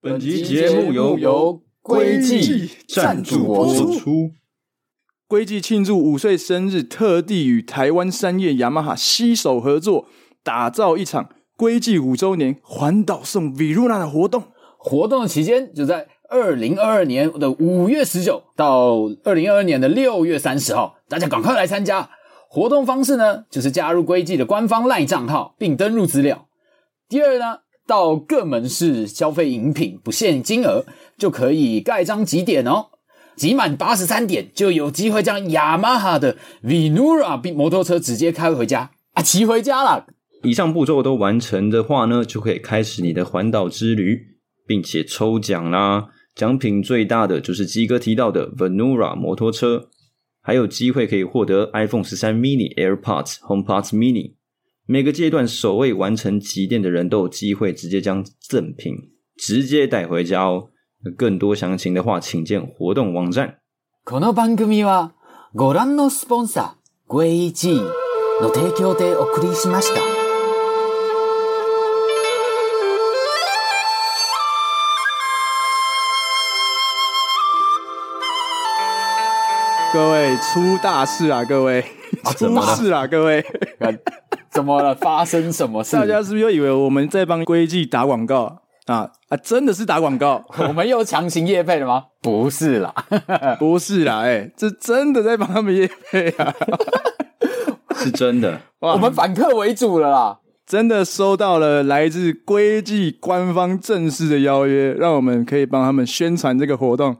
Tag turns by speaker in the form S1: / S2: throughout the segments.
S1: 本集节目由由
S2: 归
S1: 记赞助播出。归记庆祝五岁生日，特地与台湾山叶雅马哈携手合作，打造一场归记五周年环岛送 Viruna 的活动。
S2: 活动的期间就在二零二二年的五月十九到二零二二年的六月三十号，大家赶快来参加。活动方式呢，就是加入归记的官方赖账号并登录资料。第二呢，到各门市消费饮品不限金额，就可以盖章集点哦。集满八十三点，就有机会将雅马哈的 Vinura 摩托车直接开回家啊，骑回家啦！
S3: 以上步骤都完成的话呢，就可以开始你的环岛之旅，并且抽奖啦。奖品最大的就是鸡哥提到的 Venura 摩托车，还有机会可以获得 iPhone 十三 mini、AirPods、HomePods mini。每个阶段首位完成集电的人都有机会直接将赠品直接带回家哦。更多详情的话，请见活动网站。
S2: この番組はご覧のスポンサー、グエイジーの提供でお送りしました。
S1: 各位出大事啊！各位、
S2: 真
S1: 出
S2: 的吗
S1: 事啊！各位，
S2: 怎么了？发生什么事？
S1: 大家是不是又以为我们在帮归记打广告啊？啊，真的是打广告，
S2: 我们又强行夜配了吗？不是啦，
S1: 不是啦！哎、这真的在帮他们业配啊！
S3: 是真的，
S2: 我们反客为主了 啦。
S1: 真的收到了来自归记官方正式的邀约，让我们可以帮他们宣传这个活动，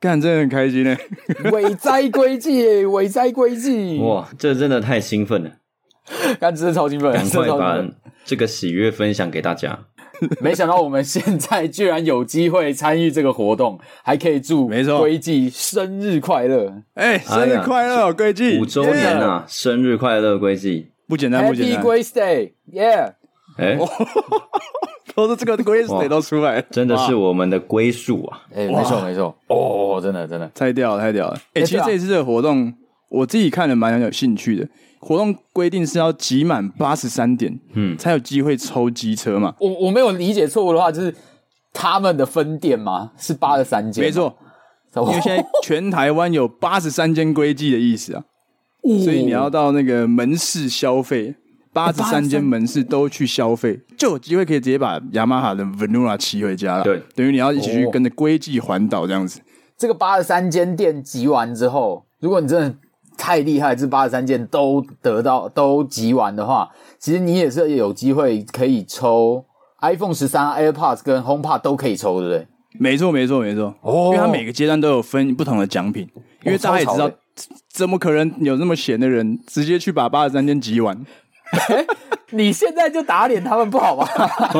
S1: 干，真的很开心呢、
S2: 伪灾归忌，伪灾归忌，
S3: 哇，这真的太兴奋了！
S2: 干真的超兴奋，
S3: 赶
S2: 真
S3: 快
S2: 的超兴
S3: 把
S2: 奋！
S3: 这个喜悦分享给大家。
S2: 没想到我们现在居然有机会参与这个活动，还可以祝
S1: 没错
S2: 归忌生日快乐
S1: 哎、生
S3: 哎
S1: 日
S3: 呀
S1: 快乐、哦，归记
S3: 五周年
S1: Yeah！
S3: 啊，生日快乐，归 记！
S1: 不简单，不简
S2: ，Happy
S1: 单，
S2: Grace Day，Yeah！
S3: 哎、
S1: 都是这个归谁都出来了，
S3: 真的是
S1: 哇
S3: 我们的归宿啊！
S2: 哎，没错没错，哦，真的真的，
S1: 太屌了，太屌了！哎、
S2: 哎
S1: 其实
S2: 对啊
S1: 这一次的活动，我自己看了蛮有兴趣的。活动规定是要集满八十三点，嗯，才有机会抽机车嘛。
S2: 我我没有理解错误的话，就是他们的分店吗？是八十三间，
S1: 没，错，因为现在全台湾有八十三间规矩的意思啊，所
S2: 哦
S1: 以你要到那个门市消
S2: 哎
S1: 费，八十三间门市都去消费，就有机会可以直接把雅马哈的 Venura 骑回家了。
S3: 对
S1: 等于你要一起去
S2: 哦
S1: 跟着规矩环岛这样子。
S2: 这个八十三间店集完之后，如果你真的太厉害，这八十三间都得到都集完的话，其实你也是有机会可以抽 iPhone 十三、AirPods 跟 HomePod 都可以抽，对不对？
S1: 没错，没错，没错。因
S2: 哦
S1: 为它每个阶段都有分不同的奖品，因为大家也
S2: 超
S1: 知道
S2: 潮的，
S1: 怎么可能有那么闲的人直接去把八十三天集完？
S2: 你现在就打脸他们不好吗？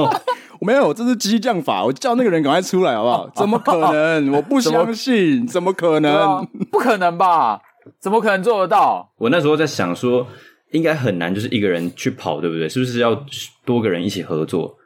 S1: 我没有，这是激将法，我叫那个人赶快出来好不 好？怎么可能？我不相信，怎么可
S2: 对啊
S1: 能？
S2: 不可能吧？怎么可能做得到？
S3: 我那时候在想说，应该很难，就是一个人去跑，对不对？是不是要多个人一起合作？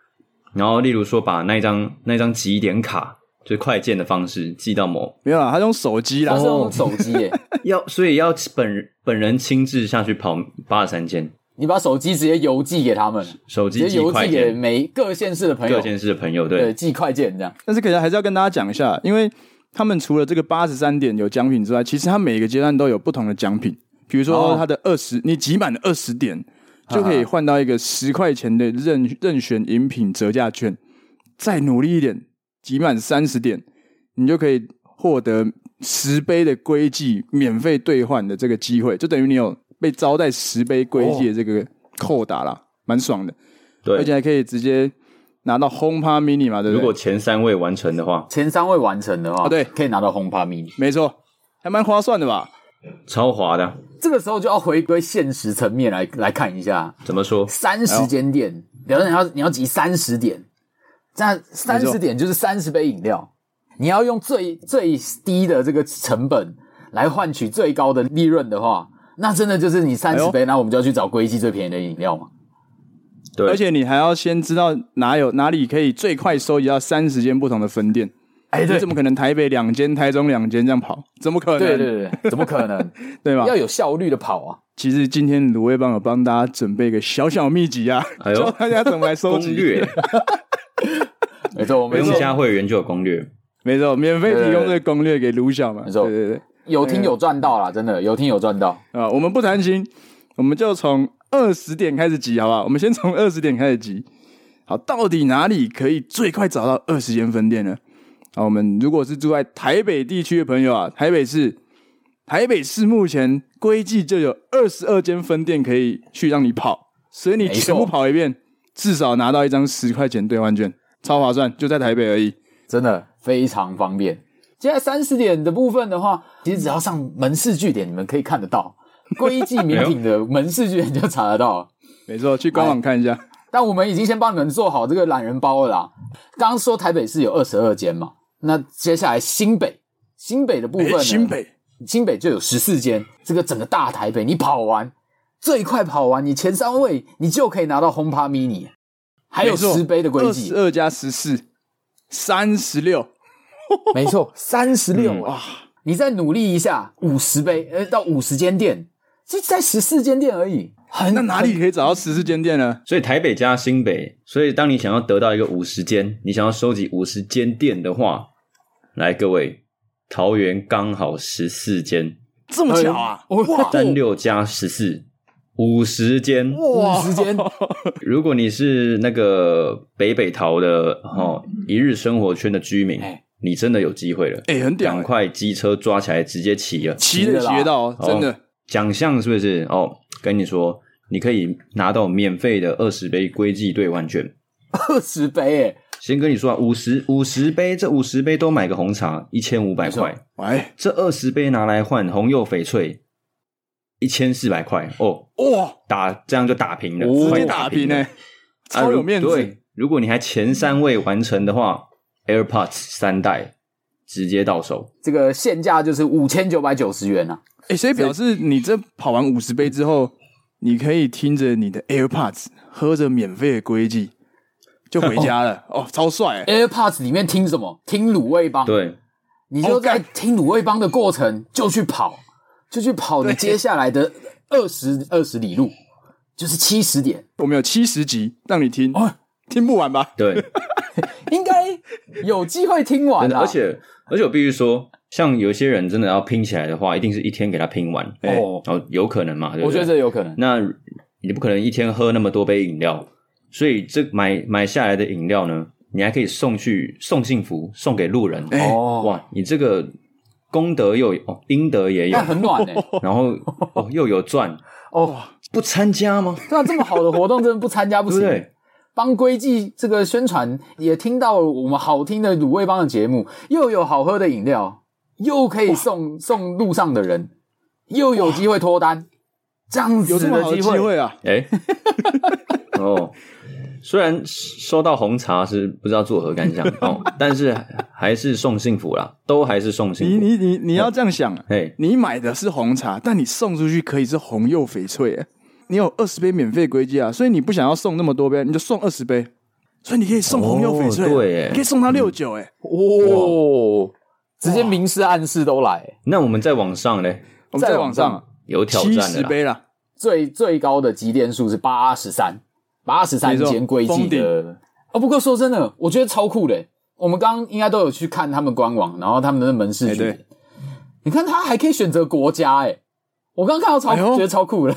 S3: 然后，例如说把那一张那张集点卡，就是快件的方式寄 到某，
S1: 没有啦，他用手机啦
S2: 他，是用手机耶、
S3: 要所以要本本人亲自下去跑八十三间，
S2: 你把手机直接邮寄给他们，
S3: 手
S2: 直
S3: 机
S2: 接
S3: 寄
S2: 邮
S3: 快
S2: 寄给
S3: 件，
S2: 每各县市的朋友
S3: 各，件事的朋友，
S2: 对，
S3: 对，
S2: 寄快件这样。
S1: 但是可能还是要跟大家讲一下，因为他们除了这个八十三点有奖品之外，其实它每个阶段都有不同的奖品。比如说
S2: 哦
S1: 它的二十、你集满了二十点，就可以换到一个十块钱的任任选饮品折价券。再努力一点，集满三十点，你就可以获得十杯的龟记免费兑换的这个机会，就等于你有被招待十杯龟记的这个扣打啦，蛮爽的。
S3: 对
S1: 而且还可以直接拿到 HomePod Mini 嘛，对不对？
S3: 如果前三位完成的话，
S2: 前三位完成的话，
S1: 啊对
S2: 可以拿到红帕 mini。
S1: 没错，还蛮划算的吧？
S3: 超滑的啊，
S2: 这个时候就要回归现实层面来来看一下，
S3: 怎么说？
S2: 三十间店，比如说你要你要集三十点，那三
S1: 没
S2: 十
S1: 错
S2: 点就是三十杯饮料，你要用最最低的这个成本来换取最高的利润的话，那真的就是你三
S1: 哎
S2: 十
S1: 呦
S2: 杯，那我们就要去找归记最便宜的饮料嘛。
S3: 对，
S1: 而且你还要先知道哪有哪里可以最快收集到三十间不同的分店。
S2: 哎，
S1: 你
S2: 对
S1: 怎么可能台北两间、台中两间这样跑？怎么可能？
S2: 对对对对， 怎么可能？
S1: 对吧
S2: 要？有效率的跑啊！
S1: 其实今天卤味帮我帮大 家准备一个小小秘籍啊，
S3: 哎呦
S1: 教大家怎么来收
S3: 攻
S1: 集。
S3: 略，
S2: 没错，我
S3: 不
S2: 们
S3: 用
S2: 是
S3: 加会员就有攻略。
S1: 没错，免费提供这个攻略给卢小嘛。
S2: 没错
S1: 对对对，
S2: 有听有赚到啦，真的有听有赚到。
S1: 啊，我们不谈心，我们就从二十点开始集，好不好？我们先从二十点开始集。好，到底哪里可以最快找到二十间分店呢？好，我们如果是住在台北地区的朋友啊，台北市，台北市目前规计就有二十二间分店可以去让你跑，所以你
S2: 没错
S1: 全部跑一遍，至少拿到一张十块钱兑换券，超划算，就在台北而已。
S2: 真的非常方便。接下来三十点的部分的话，其实只要上门市据点，你们可以看得到归 记名品的门市据点就查得到了。
S1: 没错，去官网看一下。
S2: 但我们已经先帮你们做好这个懒人包了啦。刚刚说台北市有二十二间嘛，那接下来新北，新北的部分呢、
S1: 哎新北
S2: 新北就有十四间，这个整个大台北你跑完，最快跑完你前三位，你就可以拿到轰趴 mini，还有十杯的归
S1: 二
S2: 记
S1: 十，二加十四，三十六，
S2: 没错，三十六
S3: 嗯
S2: 哇！你再努力一下，五十杯，呃，到五十间店，这才十四间店而已，很
S1: 那哪里可以找到十四间店呢？
S3: 所以台北加新北，所以当你想要得到一个五十间，你想要收集五十间店的话，来各位，桃园刚好十四间，
S1: 这么巧啊！哇，
S3: 三六加十四，五十间。
S2: 五十间，
S3: 如果你是那个北北桃的哦，一日生活圈的居民
S2: 哎，
S3: 你真的有机会了。
S1: 哎、很屌、
S3: 两
S1: 欸，
S3: 块机车抓起来直接骑了，
S1: 骑的骑得到、哦，
S3: 好
S1: 真的。
S3: 奖项是不是？哦，跟你说，你可以拿到免费的二十杯归记兑换券。
S2: 二十杯，哎，
S3: 先跟你说啊，五十五十杯，这五十杯都买个红茶，一千五百
S2: 没
S3: 块，
S1: 喂，
S3: 这二十杯拿来换红柚翡翠，一千四百块哦，
S1: 哇，
S3: 打这样就打平了，
S1: 直
S3: 快
S1: 接打平
S3: 了
S1: 哎、超有面
S3: 啊如
S1: 子
S3: 对，如果你还前三位完成的话，AirPods 三代直接到手，
S2: 这个现价就是五千九百九十元啊，
S1: 哎、所以表示你这跑完五十杯之后，你可以听着你的 AirPods，喝着免费的龟记，就回家了。哦，超帅、欸！
S2: AirPods 里面听什么？听卤味帮。
S3: 对，
S2: 你就在听卤味帮的过程就去跑，就去跑你接下来的二十二十里路，就是七十点，
S1: 我们有七十集让你听，
S2: 哦
S1: 听不完吧？
S3: 对，
S2: 应该有机会听完啊
S3: 真的，
S2: 啦。
S3: 而且而且我必须说，像有些人真的要拼起来的话，一定是一天给他拼完，
S1: 哎
S2: 哦，
S3: 哦，有可能嘛？对不对
S2: 我觉得这有可能。
S3: 那你不可能一天喝那么多杯饮料，所以这买买下来的饮料呢，你还可以送去送幸福，送给路人。
S1: 哎
S2: 哦，
S3: 哇，你这个功德又有，哦，阴德 也有
S2: 那，很暖哎、欸！
S3: 然后哦又有赚，
S2: 哦，
S3: 不参加吗？
S2: 对啊，这么好的活动真的不参加不
S3: 对不
S2: 行。欸
S3: 对？
S2: 帮归记这个宣传也听到我们好听的卤味帮的节目，又有好喝的饮料，又可以送送路上的人，又有机会脱单，这样
S1: 有
S2: 子
S1: 这么
S2: 的
S1: 好的
S2: 机
S1: 机会啊！
S3: 哎， 哦，虽然收到红茶是不知道作何 感想哦，但是还是送幸福啦，都还是送
S1: 你
S3: 幸福。
S1: 你你你要这样想、啊，
S3: 哎，
S1: 你买的是红茶，但你送出去可以是红柚翡翠、欸。你有二十杯免费归价，所以你不想要送那么多杯，你就送二十杯，所以你可以送红柚翡翠、
S3: 哦对欸
S1: 你可以送他六九、哎、
S2: 哦，直接明示暗示都来，欸
S3: 那我们再往上嘞，
S1: 我们再往上啊，
S3: 有挑
S1: 七
S3: 战的
S1: 十
S3: 啦。
S1: 杯啦，
S2: 最最高的极限数是八十三，八十三
S1: 没错
S2: 间规矩
S1: 封顶
S2: 的。哦，不过说真的，我觉得超酷的。欸我们刚刚应该都有去看他们官网，然后他们的门市
S1: 哎
S2: 据点
S1: 对
S2: 你看他还可以选择国家，哎，我刚刚看到超、
S1: 哎呦
S2: 觉得超酷了。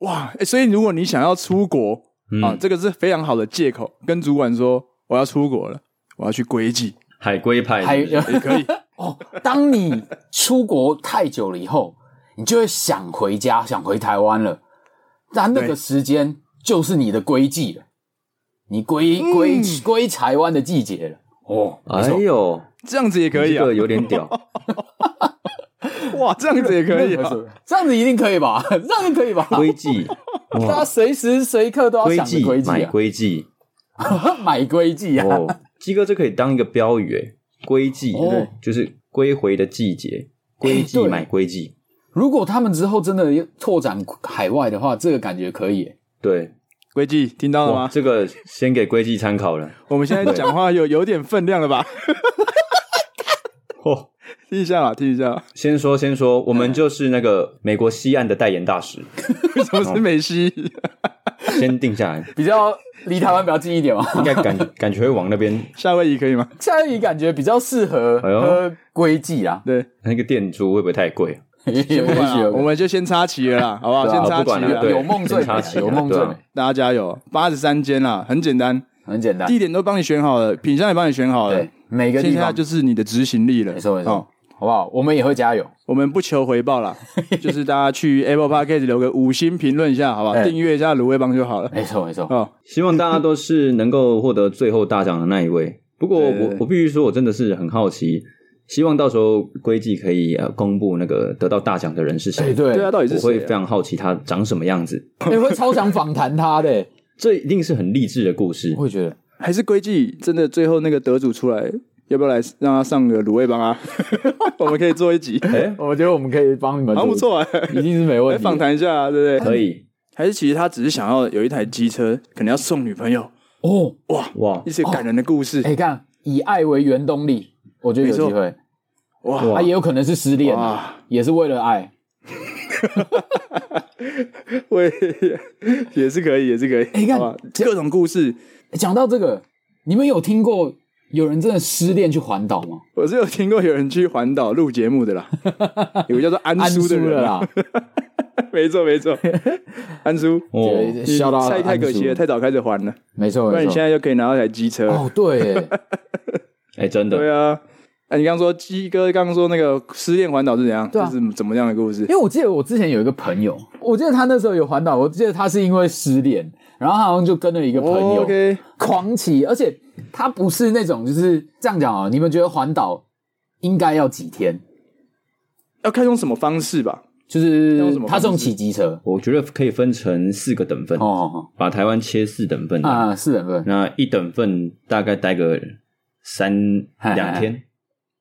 S1: 哇、欸所以如果你想要出国、
S3: 嗯
S1: 啊，这个是非常好的借口，跟主管说我要出国了，我要去归记，
S3: 海龟
S1: 哎
S3: 派
S2: 还
S3: 是不是
S2: 有
S1: 也、 可以，
S2: 哦，当你出国太久了以后，你就会想回家，想回台湾了。但那个
S1: 对
S2: 时间就是你的归季了，你归归
S1: 嗯
S2: 归台湾的季节了。哦，没
S3: 哎
S2: 错，
S3: 呦，
S1: 这样子也可以
S3: 这
S1: 啊
S3: 个，有点屌。
S1: 哇，这样子也可以
S2: 没
S1: 啊，
S2: 错这样子一定可以吧？ 这样子可以吧？
S3: 龟记，
S2: 大家
S3: 哇，
S2: 随时随刻都要
S3: 龟
S2: 想着
S3: 记
S2: 归季
S3: 买
S2: 啊，
S3: 龟记
S2: 买归季啊，
S3: 哦，鸡哥这可以当一个标语诶，龟记
S2: 哦
S3: 就是归回的季节，龟
S2: 哎
S3: 记
S2: 对
S3: 买龟记，
S2: 如果他们之后真的拓展海外的话，这个感觉可以耶。
S3: 对，
S1: 归记听到了
S3: 哇，
S1: 吗？
S3: 这个先给龟记参考了。
S1: 我们现在讲话有有点分量了吧？
S3: 哦，
S1: 听一下啦，听一下啦，
S3: 先说先说，我们就是那个美国西岸的代言大使，
S2: 哦
S1: 为什么是美西？
S3: 先定下来，
S2: 比较离台湾比较近一点嘛。
S3: 应该感感觉会往那边
S1: 夏威夷可以吗？
S2: 夏威夷感觉比较适合
S3: 哎呦
S2: 喝龟记 啦，
S1: 对，
S3: 那个店租会不会太贵？
S2: 也许
S1: 不管啊我
S2: 有
S1: 们就先插旗了啦，好不好？
S2: 对啊
S1: 先插
S3: 不管
S1: 旗
S3: 了，
S1: 了，
S3: 对
S2: 有梦最
S3: 先插
S2: 美
S3: 旗，了
S2: 有梦最
S3: 对
S2: 美
S3: 啊，
S1: 大家加油！八十三间啦，很简单，
S2: 很简单。
S1: 地点都帮你选好了，品相也帮你选好了
S2: 对，，每个
S1: 现
S2: 地
S1: 在
S2: 方
S1: 就是你的执行力了。
S2: 没错没
S1: 哦
S2: 错，好不好？我们也会加油。
S1: 我们不求回 报啦，就是大家去 Apple Podcast 留个五星评论一下，好不好？
S2: 哎
S1: 订阅一下卤味帮就好了。
S2: 没错没错，
S1: 哦，
S3: 希望大家都是能够获得最后大奖的那一位。不过
S1: 对对
S3: 我
S1: 对
S3: 我必须说，我真的是很好奇，希望到时候规矩可以呃公布那个得到大奖的人是
S2: 哎
S3: 谁。
S2: 对
S1: 对啊，，到底是
S3: 我会
S1: 谁
S3: 非
S1: 啊？
S3: 常好奇他长什么样子。
S2: 哎我会超想访谈他的，
S3: 这一定是很励志的故事
S2: 我。会觉得
S1: 还是规矩真的最后那个得主出来，要不要来让他上个卤味帮 啊？我们可以做一集，
S3: 哎，
S2: 我觉得我们可以帮你们，哎
S1: 蛮不，错啊，
S2: 一定是没
S1: 来
S2: 问题。
S1: 访谈一下啊，对不对？
S3: 可以
S1: 还是其实他只是想要有一台机车，可能要送女朋友，
S2: 哦，
S3: 哇
S1: 一！些感人的故事。
S2: 哎，看以爱为原动力，我觉得有
S1: 没错
S2: 机会。啊
S1: 哇，
S2: 他也有可能是失恋
S1: 哇，
S2: 也是为了爱。
S1: 我也 也是可以，也是可以。
S2: 哎看
S1: 好吧各种故事，
S2: 讲到这个，你们有听过有人真的失恋去环岛吗？
S1: 我是有听过有人去环岛录节目的 啦，有个叫做安
S2: 安
S1: 叔
S2: 叔
S1: 的
S2: 了
S1: 人啊，
S2: 啦，
S1: 没错没错，安叔，
S3: 哦，
S2: 对
S1: 你
S2: 笑到
S1: 太太
S2: 安
S1: 可惜了，
S2: 叔，
S1: 太早开始环了，
S2: 没错
S1: 不然
S2: 没
S1: 你现
S2: 错。
S1: 在就可以拿到一台机车了。
S2: 哦，对耶，
S3: 哎，真的，
S1: 对啊，哎，你刚说鸡哥刚说那个失恋环岛是怎样？
S2: 对啊
S1: 这是怎么样的故事
S2: 因？为我记得我之前有一个朋友，我记得他那时候有环岛，我记得他是因为失恋，然后他好像就跟了一个朋友
S1: o k
S2: 狂骑，而且他不是那种就是这样讲啊，你们觉得环岛应该要几天？
S1: 要看用什么方式吧？
S2: 就是
S1: 那用什么方式
S2: 他这种骑机车
S3: 我觉得可以分成四个等份，
S2: 哦哦
S3: 把台湾切四等份
S2: 哦，啊，四等份，
S3: 那一等份大概待个三
S2: 嗨
S3: 两天，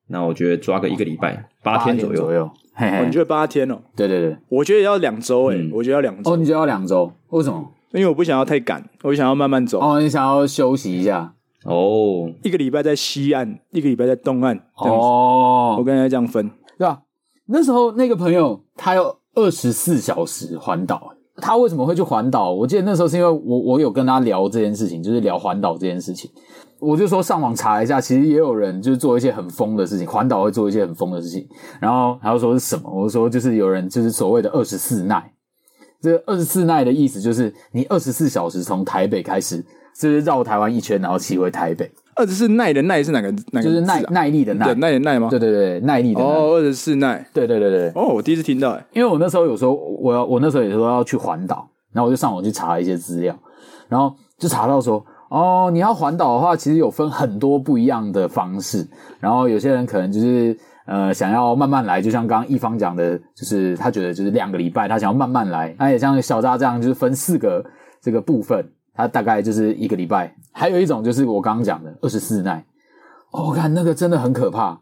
S3: 那我觉得抓个一个礼拜，八天左右
S2: 左。右，嘿
S1: 哦
S2: 嘿
S1: 你，觉得八天哦？
S2: 对对对，
S1: 我觉得要两周哎
S3: 嗯，
S1: 我觉得要两周
S2: 哦，，你就要两周，为什么？
S1: 因为我不想要太赶，我想要慢慢走。
S2: 哦，你想要休息一下，
S3: 哦，
S1: 一个礼拜在西岸，一个礼拜在东岸，这样子。我
S2: 哦，
S1: 跟人家这样分，
S2: 对吧？那时候那个朋友他有二十四小时环岛，他为什么会去环岛？我记得那时候是因为我我有跟他聊这件事情，就是聊环岛这件事情。我就说上网查一下，其实也有人就是做一些很疯的事情，环岛会做一些很疯的事情。然后他就说是什么？我就说就是有人就是所谓的二十四耐。这二十四耐的意思就是你二十四小时从台北开始，就是绕台湾一圈，然后骑回台北，
S1: 二十四耐的耐是哪个哪个字啊？
S2: 就是耐耐力的耐
S1: 对，耐的耐吗？
S2: 对对对，耐力的耐，
S1: 哦，二十四耐。
S2: 对对对对。
S1: 哦，我第一次听到，哎，
S2: 因为我那时候有说我要我那时候也说要去环岛，然后我就上网去查一些资料，然后就查到说哦，你要环岛的话，其实有分很多不一样的方式，然后有些人可能就是。呃，想要慢慢来，就像刚刚一方讲的，就是他觉得就是两个礼拜，他想要慢慢来。他也像小扎这样，就是分四个这个部分，他大概就是一个礼拜。还有一种就是我刚刚讲的二十四耐，哦，我看那个真的很可怕。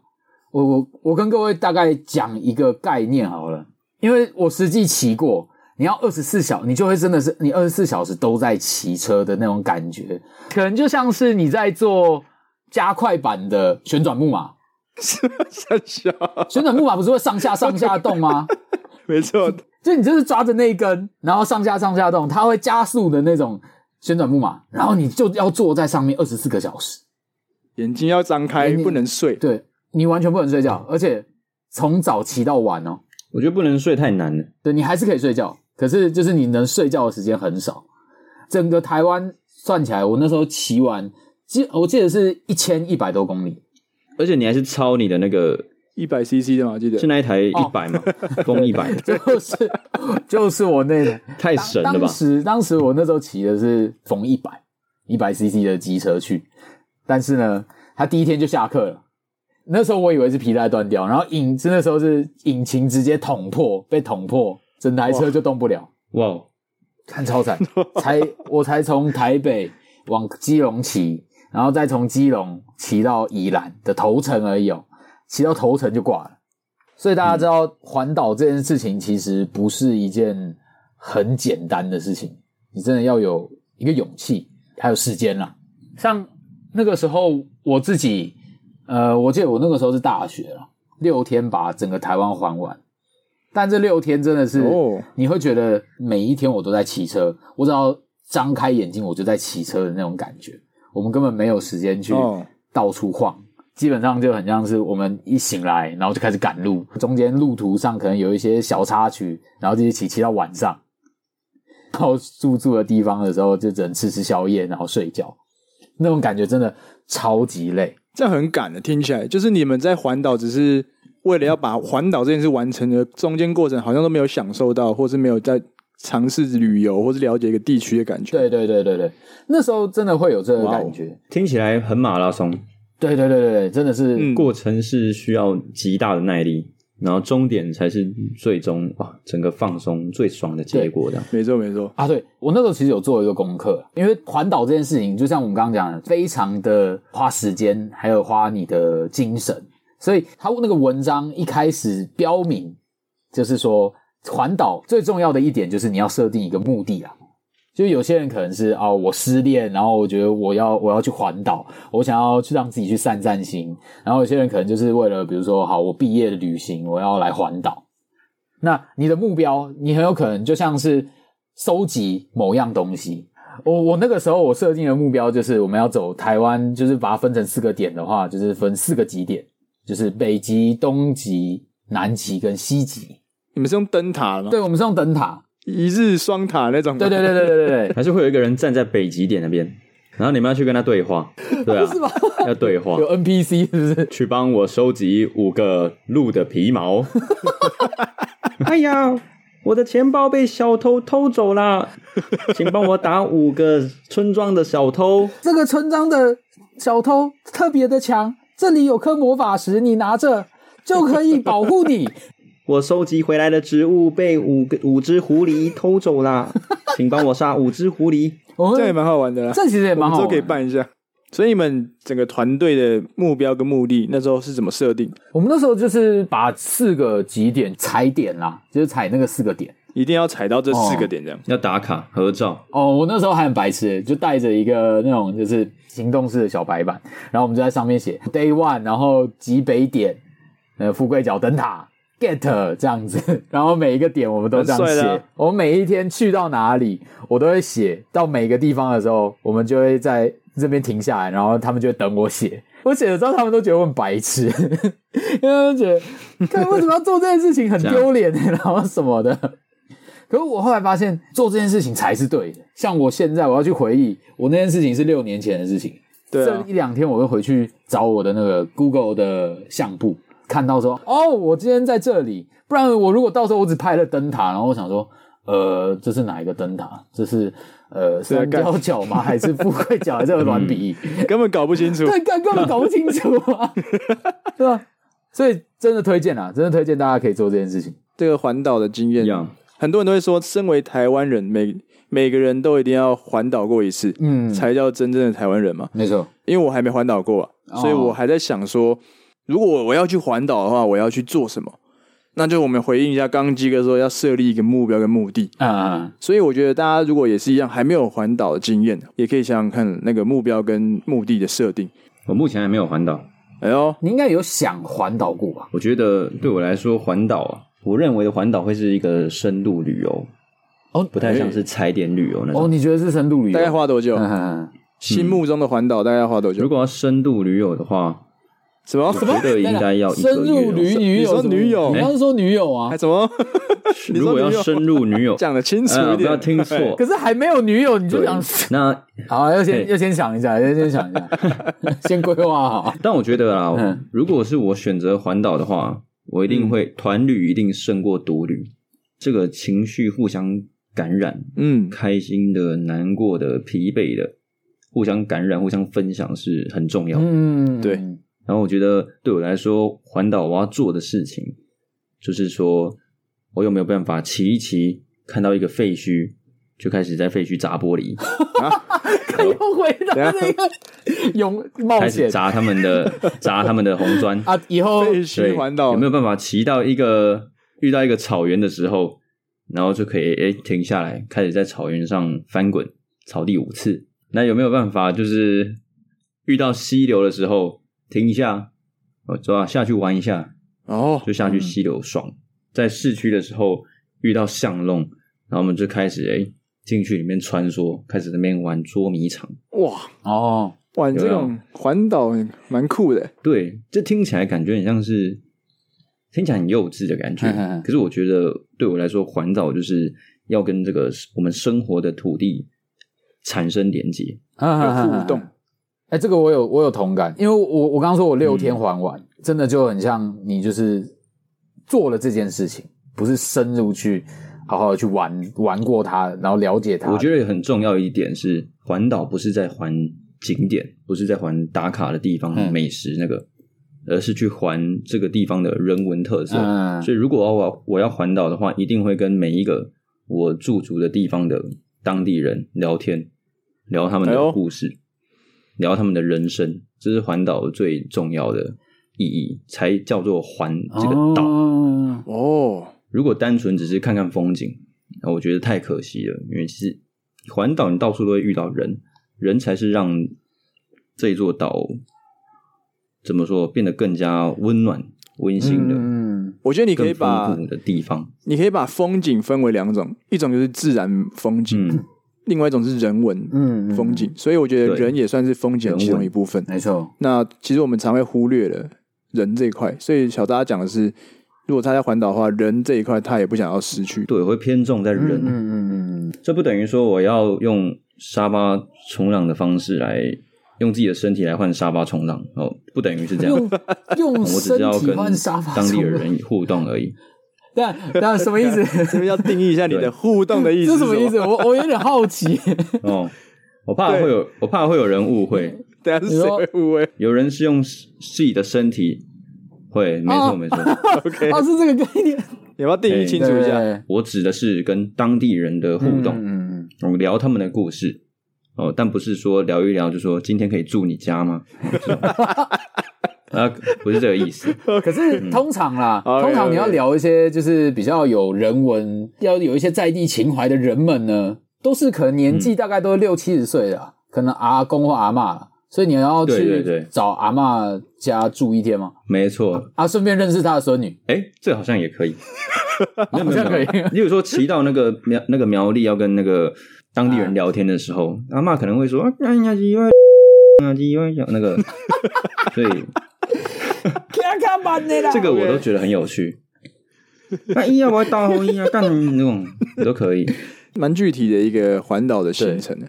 S2: 我我我跟各位大概讲一个概念好了，因为我实际骑过，你要二十四小，你就会真的是你二十四小时都在骑车的那种感觉，可能就像是你在做加快版的旋转木马，
S1: 三小，
S2: 旋转木马不是会上下上下动吗？
S1: 没错，
S2: 就你就是抓着那一根，然后上下上下动，它会加速的那种旋转木马，然后你就要坐在上面二十四个小时，
S1: 眼睛要张开，
S2: 眼睛
S1: 不能睡。
S2: 对你完全不能睡觉，而且从早骑到晚哦。
S3: 我觉得不能睡太难了。
S2: 对你还是可以睡觉，可是就是你能睡觉的时间很少。整个台湾算起来，我那时候骑完，记我记得是一千一百多公里，
S3: 而且你还是超你的那个，
S1: 一百 CC 的嘛，我记得
S3: 是。那一
S2: 哦
S3: 台一百 嘛，风一百，
S2: 就是就是我那
S3: 太神了
S2: 当
S3: 吧！
S2: 时当时我那时候骑的是逢一百一百 CC 的机车去，但是呢，他第一天就下课了。那时候我以为是皮带断掉，然后引是那时候是引擎直接捅破，被捅破，整台车就动不了。
S3: 哇，
S2: 看超惨，才我才从台北往基隆骑，然后再从基隆骑到宜兰的头城而已哦，骑到头城就挂了。所以大家知道环岛这件事情其实不是一件很简单的事情，你真的要有一个勇气，还有时间啦。像那个时候我自己，呃，我记得我那个时候是大学了，六天把整个台湾环完，但这六天真的是
S1: 哦
S2: 你会觉得每一天我都在骑车，我只要张开眼睛我就在骑车的那种感觉。我们根本没有时间去
S1: 哦
S2: 到处晃，基本上就很像是我们一醒来，然后就开始赶路，中间路途上可能有一些小插曲，然后就一起骑到晚上。到住住的地方的时候，就只能吃吃宵夜，然后睡觉，那种感觉真的超级累。
S1: 这样很赶的，听起来就是你们在环岛只是为了要把环岛这件事完成的中间过程，好像都没有享受到，或是没有在尝试旅游，或是了解一个地区的感觉。，
S2: 对对对对对，那时候真的会有这个
S1: 哇哦
S2: 感觉。
S3: 听起来很马拉松，
S2: 对对对对对，真的是、
S1: 嗯
S3: 过程是需要极大的耐力，然后终点才是最终哇，整个放松最爽的结果的。
S1: 没错没错。
S2: 啊，对我那时候其实有做一个功课，因为环岛这件事情，就像我们刚刚讲的，非常的花时间，还有花你的精神，所以他那个文章一开始标明，就是说环岛最重要的一点就是你要设定一个目的啊。就有些人可能是哦，我失恋，然后我觉得我要我要去环岛，我想要去让自己去散散心。然后有些人可能就是为了，比如说，好，我毕业的旅行，我要来环岛。那你的目标，你很有可能就像是收集某样东西。我我那个时候我设定的目标就是我们要走台湾，就是把它分成四个点的话，就是分四个极点，就是北极、东极、南极跟西极。
S1: 你们是用灯塔吗？
S2: 对，我们是用灯塔。
S1: 一日双塔那种吗。
S2: 对对对对对对对，
S3: 还是会有一个人站在北极点那边，然后你们要去跟他对 话，对啊，要对话，
S2: 有 NPC 是不是？
S3: 去帮我收集五个鹿的皮毛。 哎呀，我的钱包被小偷偷走啦，请帮我打五个村庄的小偷。
S2: 这个村庄的小偷特别的强，这里有颗魔法石，你拿着就可以保护你。
S3: 我收集回来的植物被五个五只狐狸偷走啦，请帮我杀五只狐狸。
S2: 我
S1: 这样也
S2: 们
S1: 蛮好玩的啦。
S2: 这其实也
S1: 我们
S2: 蛮好
S1: 之后
S2: 玩
S1: 可以
S2: 的。
S1: 办一下。所以你们整个团队的目标跟目的，那时候是怎么设定？
S2: 我们那时候就是把四个极点踩点啦，就是踩那个四个点。
S1: 一定要踩到这四个点，这样、
S3: 要打卡合照，
S2: 哦，我那时候还很白痴，就带着一个那种就是行动式的小白板，然后我们就在上面写 day one，然后极北点，呃，富贵角灯塔 get 这样子，然后每一个点我们都这样
S1: 蛮帅的
S2: 写
S1: 啊。
S2: 我每一天去到哪里，我都会写到每个地方的时候，我们就会在这边停下来，然后他们就会等我写。我写了之后，他们都觉得我很白痴， 因为他们觉 得，看为什么要做这件事情很
S3: 这样
S2: 丢脸，欸然后什么的。可是我后来发现，做这件事情才是对的。像我现在，我要去回忆，我那件事情是六年前的事情。
S1: 对
S2: 这
S1: 啊，
S2: 一两天，我会回去找我的那个 Google 的相簿，看到说，哦，我今天在这里。不然我如果到时候我只拍了灯塔，然后我想说，呃，这是哪一个灯塔？这是呃
S1: 在
S2: 三
S1: 啊干嗯
S2: 貂角吗？还是富贵角？还是软笔？
S1: 根本搞不清楚。
S2: 对，干根本搞不清楚 啊，对吧？所以真的推荐啊，真的推荐大家可以做这件事情。
S1: 这个环岛的经验
S3: 一，样
S1: 很多人都会说，身为台湾人，每每个人都一定要环岛过一次，
S2: 嗯，
S1: 才叫真正的台湾人嘛。
S2: 没错，
S1: 因为我还没环岛过啊，
S2: 哦
S1: 所以我还在想说，如果我要去环岛的话，我要去做什么？那就我们回应一下刚刚鸡哥说要设立一个目标跟目的，
S2: 嗯嗯。嗯
S1: 所以我觉得大家如果也是一样还没有环岛的经验，也可以想想看那个目标跟目的的设定。
S3: 我目前还没有环岛。
S1: 哎呦，
S2: 你应该有想环岛过吧？
S3: 我觉得对我来说，环岛啊，我认为的环岛会是一个深度旅游，
S2: 哦，
S3: 不太像是踩点旅游那种。
S2: 哦，你觉得是深度旅游？
S1: 大概花多久？
S2: 嗯嗯
S1: 心目中的环岛大概要花多久？
S3: 如果要深度旅游的话，
S1: 什么
S3: 我觉得应该要一个
S2: 深入女
S3: 月哦。
S2: 女友
S1: 你说
S2: 什么，
S1: 女友
S2: 你刚刚说女友啊
S1: 还，什么？你
S3: 如
S1: 说
S3: 果
S1: 旅
S3: 要
S1: 游
S3: 深入女友，
S1: 讲的清楚一
S3: 哎呀不
S1: 点，
S3: 要 听错。
S2: 可是还没有女友你就
S3: 对
S2: 想，
S3: 那
S2: 好，要先
S3: 对
S2: 要先想一下，要先想一 下，先规划好。
S3: 但我觉得啊，
S2: 嗯
S3: 如果是我选择环岛的话，我一定会团旅一定胜过独旅，这个情绪互相感染，
S1: 嗯，
S3: 开心的、难过的、疲惫的，互相感染、互相分享是很重要的。
S2: 嗯，
S1: 对
S3: 然后我觉得对我来说，环岛我要做的事情，就是说我有没有办法骑一骑，看到一个废墟，就开始在废墟砸玻璃，
S1: 哦
S2: 看又回到那个 勇冒
S3: 开始
S2: 险
S3: 砸他们 的砸他们的红砖。
S2: 啊，以后
S1: 废墟
S3: 对，
S1: 环岛
S3: 有没有办法骑到一个遇到一个草原的时候，然后就可以诶停下来，开始在草原上翻滚草地五次？那有没有办法就是遇到溪流的时候停一下，我走啊下去玩一下，
S1: 哦，
S3: 就
S2: 嗯
S3: 下去溪流爽。在市区的时候遇到巷弄，然后我们就开始哎、诶进去里面穿梭，开始在那边玩捉迷藏。
S1: 哇，
S2: 哦，
S1: 哇，你这
S3: 有没
S1: 种环岛蛮酷的，
S3: 对，这听起来感觉很像是听起来很幼稚的感觉
S2: 嘿嘿嘿。
S3: 可是我觉得对我来说，环岛就是要跟这个我们生活的土地产生连接。
S2: 啊
S1: 有
S2: 有
S1: 互动。
S2: 哎、这个我有我有同感，因为我我刚刚说我六
S3: 嗯
S2: 天还完，真的就很像你就是做了这件事情，不是深入去好好的去玩玩过它，然后了解它。
S3: 我觉得很重要一点是，环岛不是在还景点，不是在还打卡的
S2: 嗯
S3: 地方、美食那个，而是去还这个地方的人文特色。
S2: 嗯
S3: 所以，如果我要我要环岛的话，一定会跟每一个我驻足的地方的当地人聊天，聊他们
S1: 哎呦
S3: 的故事，聊他们的人生，这是环岛最重要的意义，才叫做环这个岛。
S2: 哦
S1: 哦，
S3: 如果单纯只是看看风景，那我觉得太可惜了，因为其实环岛你到处都会遇到人，人才是让这座岛怎么说变得更加温暖、温馨的。
S2: 嗯，
S1: 我觉得你可以
S3: 更丰
S1: 把
S3: 富的地方，
S1: 你可以把风景分为两种，一种就是自然风景，
S3: 嗯，
S1: 另外一种是人文
S2: 嗯嗯
S1: 风景。所以我觉得
S3: 对
S1: 人也算是风景的
S3: 人
S1: 其中
S3: 文
S1: 一部分。
S2: 没错，
S1: 那其实我们常会忽略了人这一块，所以小扎讲的是，如果他在环岛的话，人这一块他也不想要失去。
S3: 对，我会偏重在人，
S2: 嗯嗯嗯
S3: 这不等于说我要用沙发冲浪的方式来用自己的身体来换沙发冲浪哦，不等于是这样，我
S2: 嗯， 用
S3: 只
S2: 身
S3: 是要
S2: 体
S3: 跟
S2: 换沙发
S3: 当地的
S2: 冲浪，
S3: 人互动而已。
S2: 那那什么意 思？
S1: 这边 要定义一下你的互动的意思 是
S2: 这什么意思？？我我有点好 奇。
S3: 哦，我怕
S1: 对
S3: 会有，我怕会有人误会，
S1: 等一下啊是谁会误会
S3: 有人是用自自己的身体，会，没
S2: 哦
S3: 错没错，
S1: ？OK，
S2: 哦，是这个概念，
S1: 你要不要定义清楚一下。
S2: 对
S3: 我指的是跟当地人的互动，
S2: 嗯嗯
S3: 我们聊他们的故事。哦，但不是说聊一聊就说今天可以住你 家吗？ 啊，不是这个意思。
S2: 嗯。 可是通常啦，
S1: OK，OK
S2: 通常你要聊一些就是比较有人文，要有一些在地情怀的人们呢，都是可能年纪大概都六七十岁的啊，可能阿公或阿嬷了，所以你要
S3: 对对
S2: 去
S3: 对
S2: 找阿嬷家住一天吗？
S3: 没错，
S2: 啊，顺便认识她的孙女，
S3: 哎，这好像也可以， 没有没有
S2: 好像可以
S3: 没有。例如说骑到那个 苗那个苗栗，要跟那个当地
S2: 啊
S3: 人聊天的时候，阿嬷可能会说啊，哎呀，几万啊，几万小那个， 所以
S2: 看看吧你啦
S3: 这个我都觉得很有趣。那一啊，我要大红衣啊，干那种都可 以。
S1: 蛮具体的一个环岛的行程的。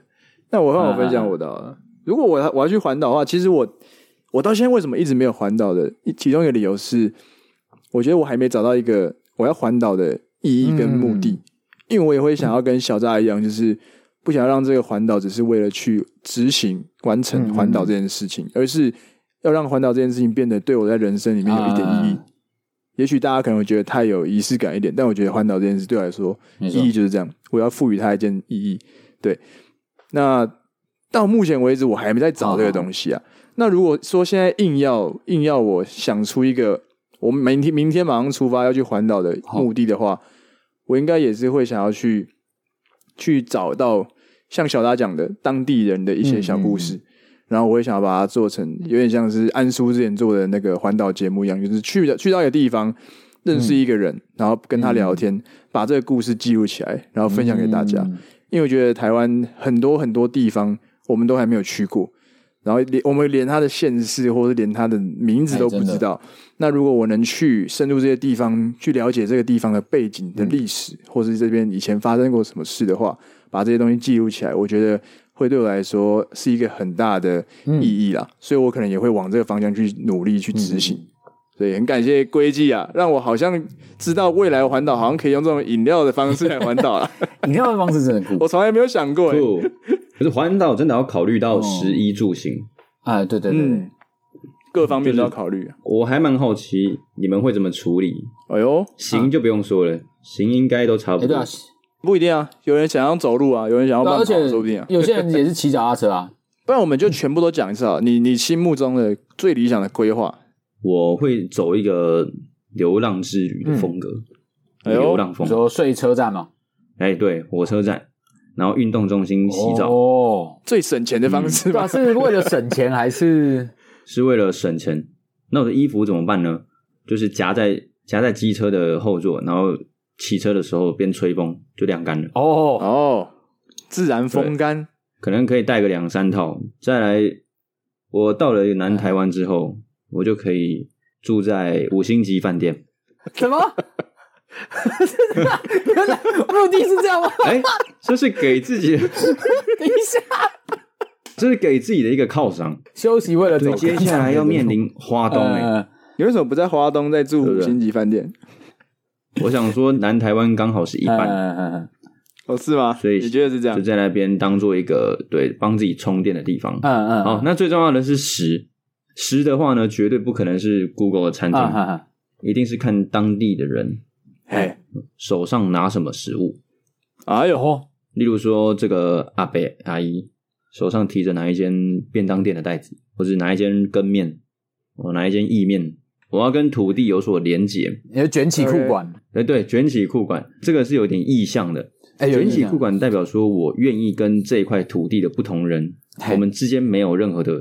S1: 那我换我分享我的好了、如果我要我要去环岛的话，其实我我到现在为什么一直没有环岛的，一其中一个理由是，我觉得我还没找到一个我要环岛的意义跟目的，因为我也会想要跟小扎一样，就是不想让这个环岛只是为了去执行完成环岛这件事情，而是要让环岛这件事情变得对我在人生里面有一点意义。
S2: 啊
S1: 也许大家可能会觉得太有仪式感一点，但我觉得环岛这件事对我来说
S2: 没错
S1: 意义就是这样，我要赋予它一件意义。对，那到目前为止我还没在找这个东
S2: 哦
S1: 西啊。那如果说现在硬要硬要我想出一个我们明天明天马上出发要去环岛的目的的话，我应该也是会想要去去找到像小达讲的当地人的一些小故
S2: 嗯
S1: 事。然后我也想要把它做成有点像是安叔之前做的那个环岛节目一样，就是去的去到一个地方，认识一个人，然后跟他聊天，把这个故事记录起来，然后分享给大家。
S2: 嗯
S1: 因为我觉得台湾很多很多地方我们都还没有去过，然后连我们连它的县市或者连它的名字都不知道。哎那如果我能去深入这些地方，去了解这个地方的背景的历史，或是这边以前发生过什么事的话，把这些东西记录起来，我觉得会对我来说是一个很大的意义啦。所以我可能也会往这个方向去努力去执行。所以很感谢龟记啊，让我好像知道未来环岛好像可以用这种饮料的方式来环岛 啊，
S2: 饮料的方式真的 酷
S1: 我从来没有想过、欸。
S3: 不，可是环岛真的要考虑到
S2: 哦
S3: 食衣住行。
S2: 啊！对对对对，
S1: 嗯，各方面都要考虑。啊
S3: 我还蛮好奇你们会怎么处理。
S1: 哎呦，
S3: 行就不用说了，行应该都差
S2: 哎
S3: 不
S2: 啊对
S3: 多。
S2: 啊，
S1: 不一定啊，有人想要走路啊，有人想要
S2: 对
S1: 慢
S2: 啊
S1: 跑，
S2: 而且
S1: 说不定啊。
S2: 有些人也是骑脚踏车啊，
S1: 不然我们就全部都讲一次啊，你你心目中的最理想的规划，
S3: 我会走一个流浪之旅的风格，
S1: 嗯哎呦
S3: 流浪
S2: 你
S3: 风。
S2: 说睡车站嘛，
S3: 哎，对，火车站，然后运动中心洗澡、
S2: 哦，
S1: 最省钱的方式
S2: 对啊，
S1: 吧？
S2: 是为了省钱还是。
S3: 是为了省钱。那我的衣服怎么办呢？就是夹在夹在机车的后座，然后骑车的时候边吹风，就晾干了
S2: 哦？
S1: 哦，自然风干，
S3: 可能可以带个两三套。再来，我到了南台湾之后，我就可以住在五星级饭店。
S4: 什么？原来目的是这样吗？
S3: 哎、这是给自
S4: 等
S3: 己，
S4: 一下，
S3: 这是给自己的一个犒赏。
S2: 休息为了
S3: 对，
S2: 走
S3: 接下来要面临花东哎、
S2: 呃，
S1: 你为什么不在华东，在住五
S3: 对不对
S1: 星级饭店？
S3: 欸我想说南台湾刚好是一半，
S2: 嗯
S1: 哦，是吗？
S3: 所以
S1: 你觉得是这样
S3: 就？在那边当做一个对帮自己充电的地方。
S2: 嗯
S3: 好，那最重要的是食，食的话呢，绝对不可能是 Google 的餐厅，
S2: 嗯
S3: 一定是看当地的人
S1: 哎，
S3: 手上拿什么食物。
S1: 哎呦，
S2: 哦，
S3: 例如说，这个阿伯阿姨手上提着哪一间便当店的袋子，或者哪一间羹面，哦，哪一间意面，我要跟土地有所连结。
S2: 你就卷起裤管，
S3: 哎，对，卷起裤管，这个是有点意向的。
S2: 哎，有
S3: 卷
S2: 印
S3: 起
S2: 象
S3: 裤，管代表说我愿意跟这块土地的不同人，
S2: 嘿
S3: 我们之间没有任何的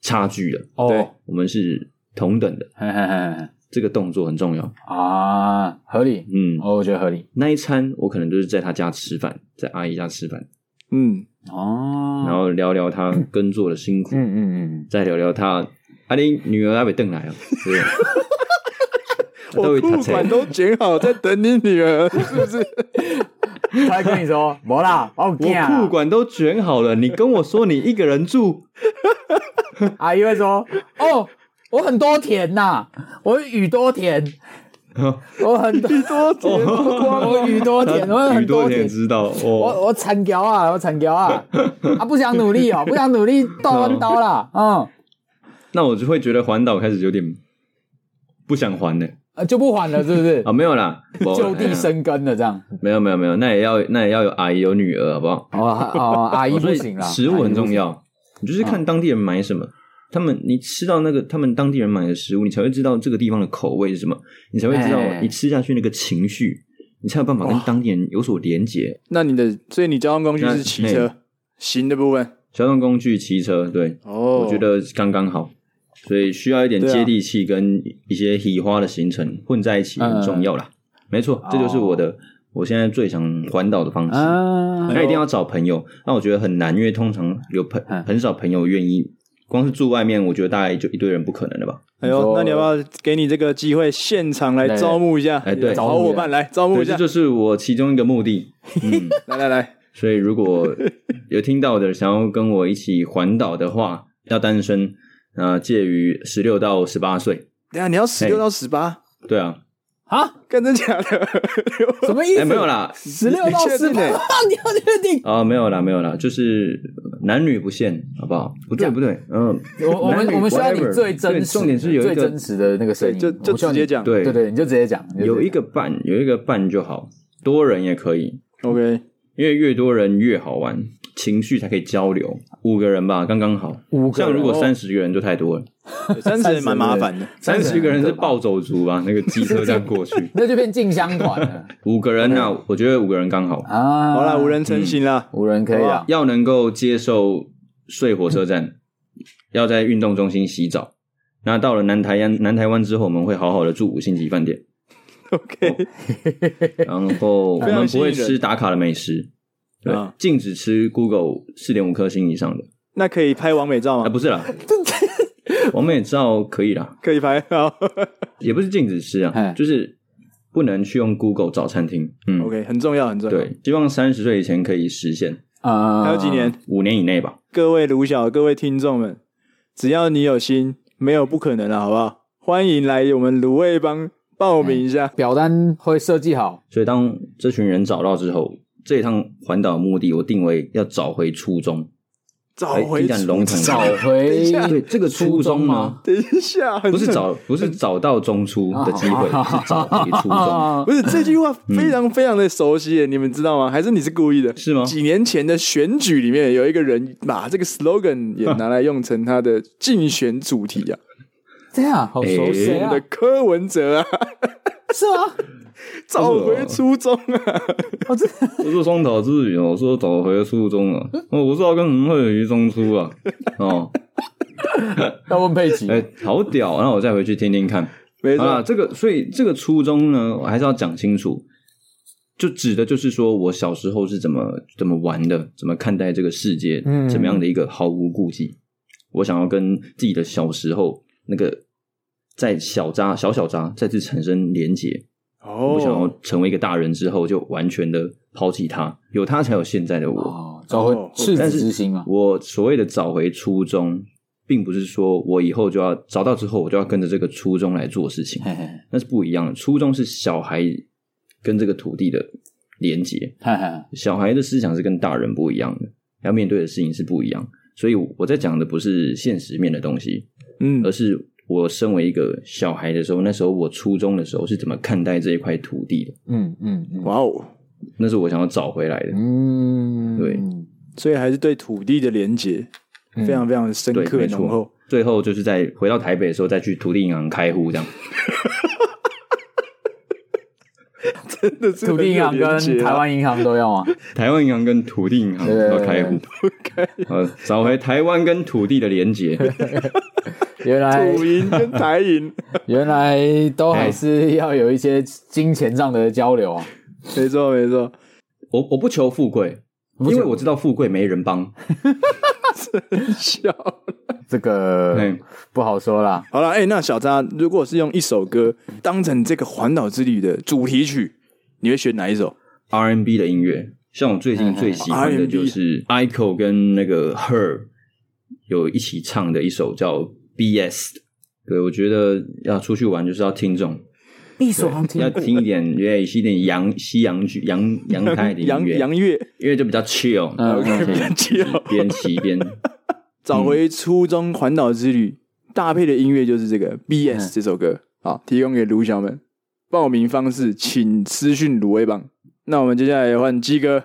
S3: 差距了，
S2: 哦，
S1: 对
S3: 我们是同等的。
S2: 嘿嘿嘿嘿，
S3: 这个动作很重要。
S2: 啊，合理，
S3: 嗯，
S2: 哦，我觉得合理，
S3: 那一餐我可能就是在他家吃饭，在阿姨家吃饭，
S1: 嗯，
S2: 哦，
S3: 然后聊聊他耕作的辛苦，
S2: 嗯嗯嗯，
S3: 再聊聊他阿玲、你女儿还没邓来啊，对不对啊都
S1: 我
S3: 会
S1: 裤
S3: 读册
S1: 管都卷好，在等你女儿，是不是？
S2: 他还跟你 说，没啦，我有啊
S3: 我裤
S2: 啦。
S3: 管都卷好了，你跟我说你一个人住，
S2: 阿啊姨会 说，
S4: 哦，我很多田呐、我雨多田，我很多多田，我雨多 田，我
S3: 他
S4: 很
S3: 宇哦多
S4: 田
S3: 田。知道哦，
S4: 我我惨条啊，我惨条啊，啊不想努力哦，不想努力倒弯刀啦，嗯，
S3: 那我就会觉得环岛开始有点不想还了
S4: 呃就不还了，是不是？
S3: 啊，没有啦，没有 啦
S4: 就地生根了这样。
S3: 没有没有没有，那也要那也要有阿姨有女儿好不好？
S4: 哦哦，阿姨
S3: 所
S4: 不
S3: 以
S4: 行啦，
S3: 食物很重
S4: 阿姨
S3: 要，你就是看当地人买什么，他们你吃到那个他们当地人买的食物，你才会知道这个地方的口味是什么，你才会知道
S2: 哎
S3: 你吃下去那个情绪，你才有办法跟当地人有所连结。
S1: 那你的，所以你交通工具
S3: 那
S1: 是骑车，行的部分。
S3: 交通工具骑车，对、
S1: 哦，
S3: 我觉得刚刚好，所以需要一点
S1: 对啊
S3: 接地气跟一些喜花的行程混在一起很重要啦。没错，这就是我的、我现在最想环岛的方
S2: 不
S3: 式。
S2: 行啊，
S3: 那一定要找朋友。那我觉得很难，因为通常有朋
S2: 嗯
S3: 很少朋友愿意，光是住外面，我觉得大概就一堆人不可能了吧？
S1: 哎呦，那你要不要给你这个机会，现场来
S2: 来
S1: 招募一下？
S3: 哎对
S1: 好伙伴来招募
S3: 对，
S1: 一
S3: 这
S1: 下，
S3: 就是我其中一个目的。嗯，
S1: 来来来，
S3: 所以如果有听到的想要跟我一起环岛的话，要单身，呃，介于十六到十八岁。
S1: 等一下你要十六
S3: 哎
S1: 到十八，
S3: 对啊，
S4: 啊，
S1: 干真假的？
S4: 什么意
S3: 哎、
S4: 思？
S3: 没有啦，
S4: 十六到
S1: 你确
S4: 十
S1: 定
S4: 八，
S1: 欸
S4: 你要确定？，
S3: 啊、没有啦，没有啦，就是男女不限，好不好？不对，不对，嗯，
S2: 我我们
S3: 男女
S2: 我们需要你
S3: whatever
S2: 最真
S3: 对
S2: 实，
S3: 重点是有一
S2: 最
S3: 个
S2: 真实的那个声 音，
S1: 就就
S2: 我需要
S1: 直接
S2: 你
S1: 讲
S3: 对
S2: 对对，你就直接讲，你就直接
S3: 有一
S2: 讲
S3: 个伴，有一个伴就好，多人也可以，
S1: OK，
S3: 因为越多人越好玩，情绪才可以交流。五个人吧，刚刚好。
S2: 五个人哦
S3: 像如果三十个人就太多了，
S1: 三十也蛮麻烦的。
S3: 三
S2: 30
S3: 十个人是暴走族吧？那个机车这样 过去
S4: 那就变进香团了
S3: 五个人啊，我觉得五个人 刚好，
S2: 啊，
S1: 好
S3: 嗯
S1: 啦，无人成型啦。
S2: 无人可以
S1: 好
S2: 啊
S1: 吧，
S3: 要能够接受睡火车站，要在运动中心洗澡。那到了南台湾，南台湾之后，我们会好好的住五星级饭店，嗯
S1: OK，
S3: 然后我
S1: 非常
S3: 们
S1: 吸
S3: 不
S1: 引
S3: 会
S1: 人
S3: 吃打卡的美食，对
S1: 啊，
S3: 禁止吃 Google 四点五颗星以上的。
S1: 那可以拍完美照
S3: 啊，
S1: 吗？
S3: 不 是啦，我们也知道可以啦，
S1: 可以拍，好
S3: 也不是禁止吃
S2: 哎
S3: 啊，就是不能去用 Google 找餐厅。嗯
S1: OK，很重要，很重要。，
S3: 对，希望三十岁以前可以实现，
S4: 呃
S2: 啊，
S1: 还有几年？
S3: 五年以内吧。
S1: 各位卢小，各位听众们，只要你有心，没有不可能的，好不好？欢迎来我们卤味帮报名一
S3: 哎
S1: 下。
S2: 表单会设计好，
S3: 所以当这群人找到之后，这一趟环岛的目的，我定为要找回初衷，
S1: 找
S3: 哎
S1: 回
S3: 听起来很笼统
S2: 找
S1: 找，
S2: 回
S3: 对这个初衷呢，
S1: 等一下，很
S3: 不是找不是找到中出的机会，是找回初衷，
S1: 不是这句话非常非常的熟悉耶，你们知道吗？还是你是故意的？
S3: 是吗？
S1: 几年前的选举里面，有一个人把这个 slogan 也拿来用成他的竞选主题啊，
S4: 这样好
S3: 熟悉
S1: 我
S4: 谁
S1: 们
S4: 啊
S1: 的？柯文哲啊，
S4: 是吗？
S1: 找回初衷啊，
S3: 我是松岛之旅哦，我说找回初衷啊，
S1: 嗯
S3: 哦，我不知道跟什么会有一中出啊，哦，
S2: 要问佩奇
S3: 哎、，好屌！那我再回去听听看。
S1: 没
S3: 好啦，
S1: 错，
S3: 这个所以这个初衷呢，我还是要讲清楚。就指的就是说我小时候是怎么怎么玩的，怎么看待这个世界，
S2: 嗯
S3: 怎么样的一个毫无顾忌。我想要跟自己的小时候那个在小渣小小渣再次产生连结。我想要
S1: 哦，
S3: 成为一个大人之后，就完全的抛弃他，有他才有现在的我。
S5: 哦，找回
S1: 哦
S5: 赤
S3: 但
S5: 子
S3: 是
S5: 之心嘛。
S3: 我所谓的找回初衷，并不是说我以后就要找到之后，我就要跟着这个初衷来做事情，
S5: 嘿嘿
S3: 那是不一样的。初衷是小孩跟这个土地的连接，
S5: 嘿嘿，
S3: 小孩的思想是跟大人不一样的，要面对的事情是不一样。所以我在讲的不是现实面的东西，
S1: 嗯
S3: 而是我身为一个小孩的时候，那时候我初中的时候是怎么看待这一块土地的，
S2: 嗯嗯嗯
S1: 哇哦，
S3: 那是我想要找回来的。
S2: 嗯，
S3: 对
S1: 所以还是对土地的连接非常非常的深
S3: 对，
S1: 刻
S3: 没
S1: 浓厚
S3: 错。。最后就是在回到台北的时候，再去土地银行开户，这样
S1: 真的是
S2: 土地银行
S1: 很有连结
S2: 跟
S1: 啊
S2: 台湾银行都要啊。
S3: 台湾银行跟土地银行要开户，呃，找回台湾跟土地的连结。
S2: 原来
S1: 土银跟台银，
S2: 原来都还是要有一些金钱上的交流啊。
S1: 没错没错，
S3: 我我不求富贵，因为我知道富贵没人帮。
S1: 笑。
S2: 这个
S3: 对
S2: 不好说啦。
S1: 好了，哎、那小扎，如果是用一首歌当成这个环岛之旅的主题曲，你会选哪一首？
S3: R&B 的音乐，像我最近最喜欢的
S1: R&B
S3: 就是 Ico 跟那个 Her 有一起唱的一首叫 BS。对，我觉得要出去玩就是要听这种，
S2: 一首行
S3: 要听一点，也一点洋西洋剧、洋洋派的音
S1: 杨
S3: 乐。
S1: 杨 乐，
S3: 因为就比较 chill，
S2: 嗯
S3: 可以
S1: 比较 chill
S3: 边骑 边
S1: 找回初中环岛之旅，搭配的音乐就是这个
S3: 嗯
S1: BS 这首歌，好，提供给卢小们。报名方式请私讯卤味帮。那我们接下来换鸡哥，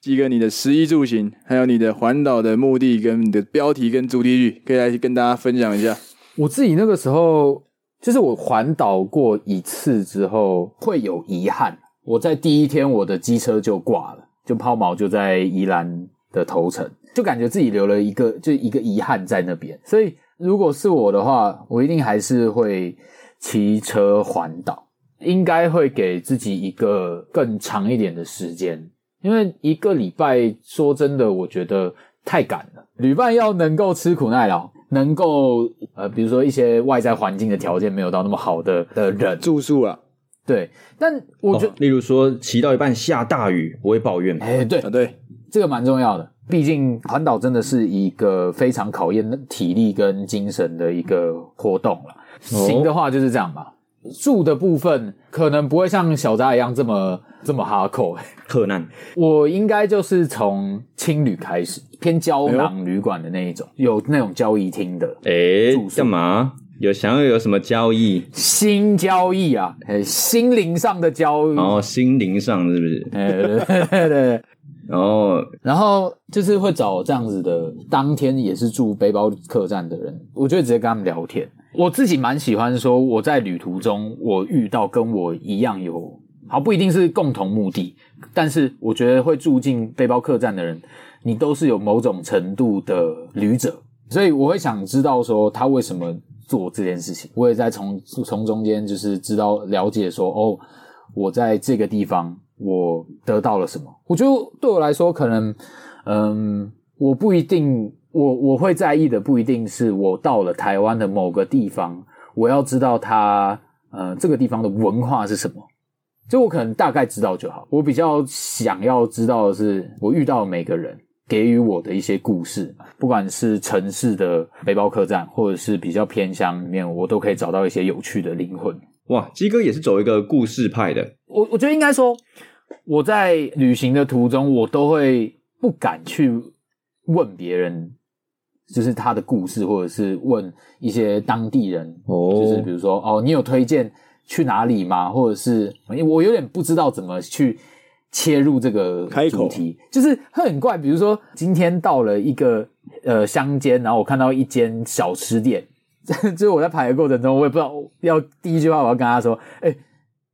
S1: 鸡哥你的食衣住行，还有你的环岛的目的跟你的标题跟主题曲，可以来跟大家分享一下。
S2: 我自己那个时候，就是我环岛过一次之后，会有遗憾。我在第一天我的机车就挂了，就抛锚就在宜兰的头城，就感觉自己留了一个就一个遗憾在那边。所以如果是我的话，我一定还是会骑车环岛，应该会给自己一个更长一点的时间，因为一个礼拜，说真的，我觉得太赶了。旅伴要能够吃苦耐劳，能够呃，比如说一些外在环境的条件没有到那么好的的
S3: 呃
S2: 人，
S1: 住宿啊，
S2: 对。但我觉得，
S3: 哦例如说骑到一半下大雨，不会抱怨。
S2: 哎、对
S1: 啊，对，
S2: 这个蛮重要的。毕竟环岛真的是一个非常考验体力跟精神的一个活动了。行的话就是这样吧。住的部分可能不会像小扎一样这么这么哈扣、
S3: 克难，
S2: 我应该就是从青旅开始，偏胶囊旅馆的那一种，有那种交易厅的
S3: 哎
S2: 住，宿
S3: 干嘛？有想要有什么交易？
S2: 新交易啊，哎，心灵上的交易
S3: 然，后心灵上是不是？
S2: 呃，对对对。
S3: 然后
S2: 然后就是会找这样子的，当天也是住背包客栈的人，我就会直接跟他们聊天。我自己蛮喜欢说，我在旅途中我遇到跟我一样有，好不一定是共同目的，但是我觉得会住进背包客栈的人，你都是有某种程度的旅者，所以我会想知道说他为什么做这件事情。我也在从从中间就是知道了解说哦，我在这个地方我得到了什么。我觉得对我来说，可能嗯，我不一定我我会在意的不一定是我到了台湾的某个地方，我要知道它呃这个地方的文化是什么。就我可能大概知道就好。我比较想要知道的是，我遇到每个人给予我的一些故事，不管是城市的背包客栈，或者是比较偏乡里面，我都可以找到一些有趣的灵魂。
S3: 哇，鸡哥也是走一个故事派的，
S2: 我我觉得应该说，我在旅行的途中，我都会不敢去问别人，就是他的故事，或者是问一些当地人，
S3: 哦
S2: 就是比如说哦，你有推荐去哪里吗？或者是因为我有点不知道怎么去切入这个
S1: 开口
S2: 主题，就是会很怪。比如说今天到了一个呃乡间，然后我看到一间小吃店， 就是我在排的过程中，我也不知道要第一句话我要跟他说，哎、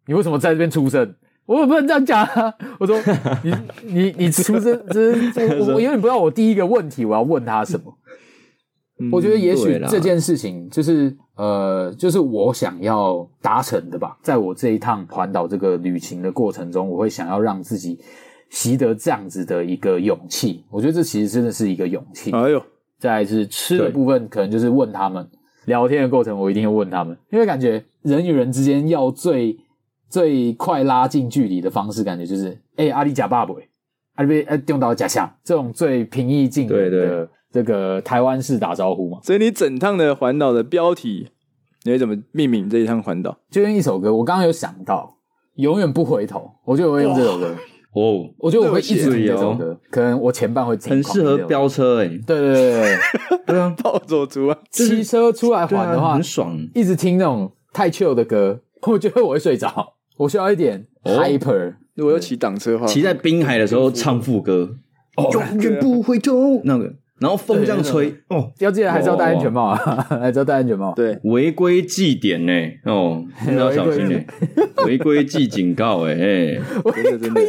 S2: 你为什么在这边出生？我也不能这样讲啊！我说你你你出生，这是我我我有点不知道我第一个问题我要问他什么。
S1: 嗯
S2: 我觉得也许
S3: 对啦
S2: 这件事情就是呃，就是我想要达成的吧。在我这一趟环岛这个旅行的过程中，我会想要让自己习得这样子的一个勇气。我觉得这其实真的是一个勇气。
S1: 哎呦，
S2: 再来是吃的
S3: 对
S2: 部分，可能就是问他们聊天的过程，我一定会问他们，因为感觉人与人之间要最最快拉近距离的方式，感觉就是哎、欸阿里假爸爸，阿里被用到假象，这种最平易近人
S3: 对
S2: 的
S3: 对
S2: 这个台湾式打招呼嘛，
S1: 所以你整趟的环岛的标题，你会怎么命名这一趟环岛？
S2: 就用一首歌，我刚刚有想到。永远不回头，我觉得我会用这首歌，
S3: 哦，
S2: 我觉得我会一直听
S3: 对
S2: 这
S3: 哦
S2: 首歌，可能我前半会听，
S3: 很适合
S2: 飙，
S3: 飙车哎，
S2: 对对对对，
S3: 对啊，
S1: 暴走族啊！
S3: 就是
S2: 骑车出来
S3: 对
S2: 环的
S3: 啊，
S2: 话，
S3: 很爽。
S2: 一直听那种太 chill 的歌，我觉得我会睡着。我需要一点
S3: 哦
S2: hyper，、
S1: 如果要骑挡车的话，
S3: 骑在滨海的时候唱副歌，
S1: 哦
S3: 永远不回头那个，然后风这样吹哦，
S2: 要记得还是要戴安全帽啊， 还是要戴安全帽。
S1: 哦对，
S3: 违规记点呢哦，真的要小心呢，违规记警告哎哎，
S1: 真的真的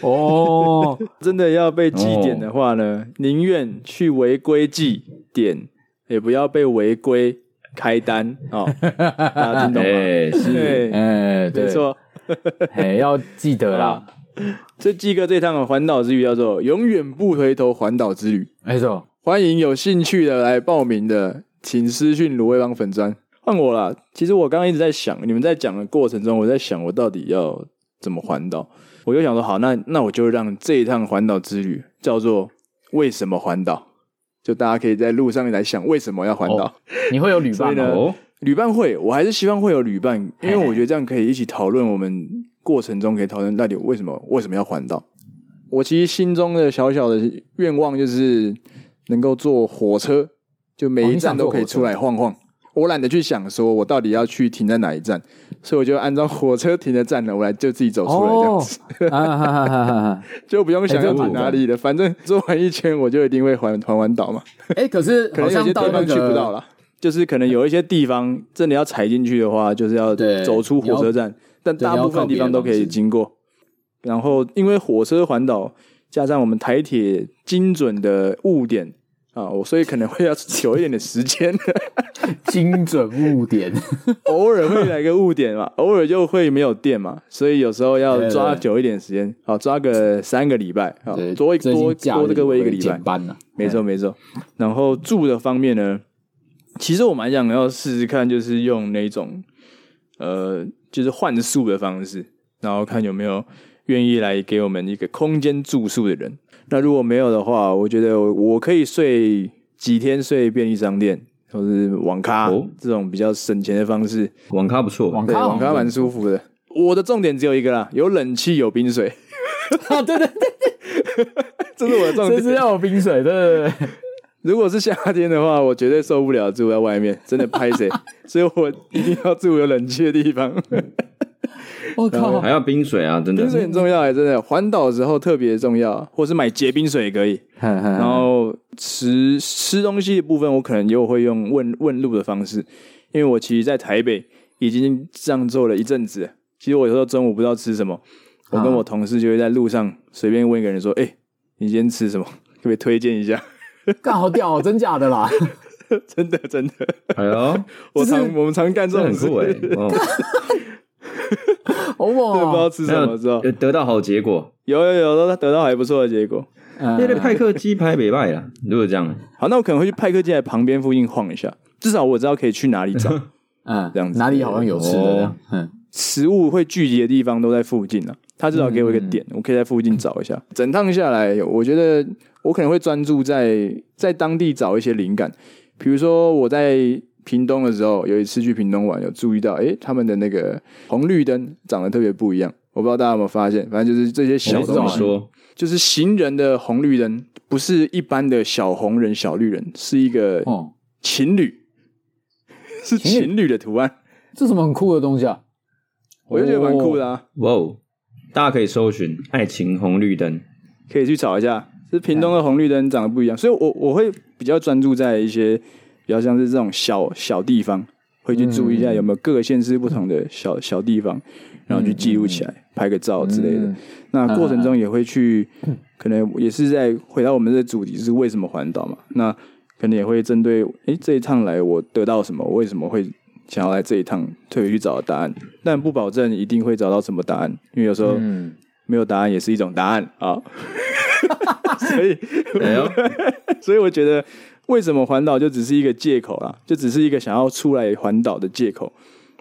S2: 哦，
S1: 真的要被记点的话
S3: 哦
S1: 呢，宁愿去违规记点，也不要被违规开单哦。 大家听懂吗？
S3: 哎是
S1: 对，
S2: 哎、对，
S1: 没，错。啊
S2: 哎，要记得啦，
S1: 这季哥这趟的环岛之旅叫做“永远不回头环岛之旅
S2: 没错，”，
S1: 欢迎有兴趣的来报名的，请私讯卤味帮粉砖。换我啦，其实我刚刚一直在想，你们在讲的过程中，我在想我到底要怎么环岛。我就想说，好，那那我就让这一趟环岛之旅叫做“为什么环岛”，就大家可以在路上来想为什么要环岛。
S2: 哦你会有旅伴
S1: 所以
S2: 吗
S1: 呢？
S3: 哦，
S1: 旅伴会，我还是希望会有旅伴，因为我觉得这样可以一起讨论我们过程中可以讨论到底为什么为什么要环岛。我其实心中的小小的愿望就是能够坐火车，就每一站都可以出来晃晃。我懒得去想说我到底要去停在哪一站，所以我就按照火车停的站呢，我来就自己走出来这样子，
S2: 啊哈哈哈哈哈！
S1: 就不用想
S2: 哎
S1: 要
S2: 这
S1: 去
S2: 蛮
S1: 哪里了。反正做完一圈，我就一定会环环完岛嘛。
S2: 哎、可是
S1: 可能
S2: 好
S1: 有
S2: 像
S1: 些
S2: 到
S1: 地
S2: 那
S1: 方
S2: 个
S1: 去不到啦，就是可能有一些地方真的要踩进去的话，就是要
S6: 对
S1: 走出火车站，但大部分地方都可以经过。然后因为火车环岛加上我们台铁精准的误点啊，我所以可能会要久一点的时间，
S2: 精准误点，
S1: 偶尔会来个误点嘛，偶尔就会没有电嘛，所以有时候要
S6: 对对
S1: 抓
S6: 对
S1: 久一点时间，好抓个三个礼拜，好
S6: 对，
S1: 多一
S6: 最近
S1: 多
S6: 假日
S1: 多这个位一个礼拜
S6: 减，班了，
S1: 没
S2: 嗯
S1: 错没错。然后住的方面呢，其实我蛮想要试试看，就是用那种呃，就是换宿的方式，然后看有没有愿意来给我们一个空间住宿的人。那如果没有的话，我觉得我我可以睡几天睡便利商店或是网咖、
S3: 哦
S1: 这种比较省钱的方式，
S3: 网咖不错，
S2: 网
S1: 对，
S2: 咖哦
S1: 网 咖蛮舒服的。我的重点只有一个啦，有冷气，有冰水，
S2: 啊，对对对，
S1: 这是我的重
S2: 这
S1: 点。
S2: 是要有冰水，对对对对，
S1: 如果是夏天的话，我绝对受不了住在外面，真的拍 谁，所以我一定要住有冷气的地方。
S2: 我靠
S3: 还，要冰水啊，真的
S1: 冰水很重要、欸，真的，环岛的时候特别重要，或是买结冰水也可以。然
S2: 然
S1: 后吃吃东西的部分，我可能又会用问问路的方式，因为我其实在台北已经这样做了一阵子了。其实我有时候中午不知道吃什么，我跟我同事就会在路上随便问一个人说：“哎、你今天吃什么？可不可以推荐一下
S2: 干好屌、哦，真假的啦，？”
S1: 真的，真的，
S3: 哎呦，
S1: 我常
S2: 就是
S1: 我们常干这欸种
S3: 这很
S1: 事。
S3: 酷哎， 哦，
S2: 好猛
S1: 对，不知
S2: 哦
S1: 道吃
S3: 还
S1: 什么之
S3: 有
S1: 后，
S3: 有呃得到好结果，
S1: 有有有都得到还不错的结果。
S2: 嗯！
S3: 那个派克鸡排北拜啦，如果这样，
S1: 好，那我可能会去派克街的旁边附近晃一下，至少我知道可以去哪里找
S2: 嗯，
S1: 这样子
S2: 哪里好像有吃的这样
S3: 哦，
S2: 嗯，
S1: 食物会聚集的地方都在附近啊。他至少给我一个点，我可以在附近找一下。整趟下来，我觉得我可能会专注在在当地找一些灵感，比如说我在屏东的时候，有一次去屏东玩，有注意到，诶、他们的那个红绿灯长得特别不一样。我不知道大家有没有发现，反正就是这些小啊
S3: 我怎
S1: 东
S3: 么
S1: 西，
S3: 说？
S1: 就是行人的红绿灯，不是一般的小红人、小绿人，是一个
S2: 哦，
S1: 情侣， 是
S2: 情侣
S1: 情侣的图案，
S2: 这什么很酷的东西啊？
S1: 我就觉得蛮酷的啊，
S3: 哇哦，大家可以搜寻“爱情红绿灯
S1: 可以去找一下。是屏东的红绿灯长得不一样，所以我我会比较专注在一些比较像是这种小小地方，会去注意一下有没有各个县市不同的小小地方，然后去记录起来，拍个照之类的
S2: 嗯。
S1: 那过程中也会去，可能也是在回到我们的主题是为什么环岛嘛？那可能也会针对诶这一趟来我得到什么，我为什么会想要来这一趟，特别去找答案，但不保证一定会找到什么答案，因为有时候
S4: 嗯，
S1: 没有答案也是一种答案啊。所以，
S3: 哎呦，
S1: 所以我觉得为什么环岛就只是一个借口啦，就只是一个想要出来环岛的借口。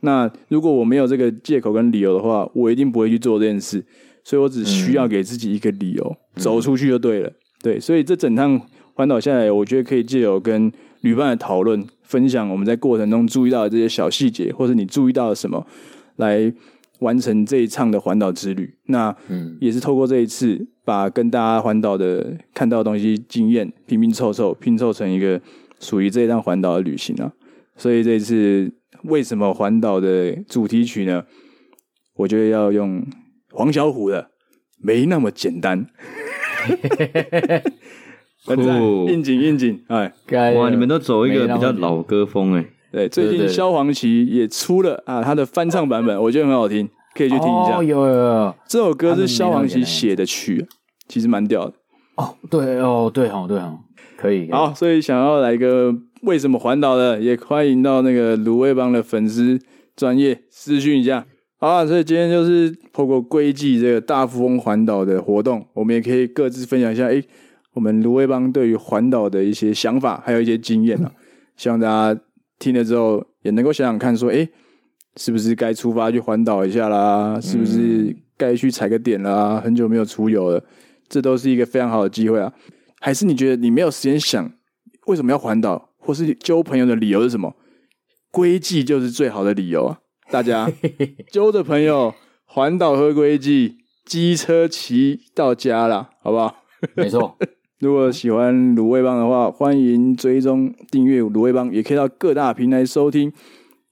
S1: 那如果我没有这个借口跟理由的话，我一定不会去做这件事。所以我只需要给自己一个理由，走出去就对了。对，所以这整趟环岛下来，我觉得可以借由跟旅伴的讨论、分享我们在过程中注意到的这些小细节，或者你注意到了什么，来完成这一趟的环岛之旅。那也是透过这一次，把跟大家环岛的看到的东西、经验拼拼凑凑，拼凑成一个属于这一趟环岛的旅行啊。所以这一次为什么环岛的主题曲呢？我觉得要用黄小琥的，没那么 简单。很赞，
S3: 酷
S1: 应景应景，哎，
S4: 该
S3: 哇，你们都走一个比
S4: 没
S3: 较
S4: 让我
S3: 老歌风哎、
S1: 对，最
S4: 对
S1: 近
S4: 对
S1: 萧煌奇也出了啊，他的翻唱版本，我觉得很好听，可以去听一下
S4: 哦，。有有有
S1: 这首歌是萧煌奇写的曲，其实蛮屌的。
S4: 哦，对哦，对哦，对哦，可以，可以，
S1: 好，所以想要来个为什么环岛的，也欢迎到那个卤味帮的粉丝专业私讯一下。好啊，所以今天就是透过归记这个大富翁环岛的活动，我们也可以各自分享一下，诶，我们芦苇帮对于环岛的一些想法，还有一些经验啊。希望大家听了之后也能够想想看，说，诶，是不是该出发去环岛一下啦？是不是该去踩个点啦？很久没有出游了，这都是一个非常好的机会啊。还是你觉得你没有时间想为什么要环岛，或是揪朋友的理由是什么？归计就是最好的理由啊！大家揪着朋友环岛喝归计，机车骑到家啦，好不好？
S4: 没 错，
S1: 如果喜欢卤味帮的话，欢迎追踪订阅卤味帮，也可以到各大平台收听。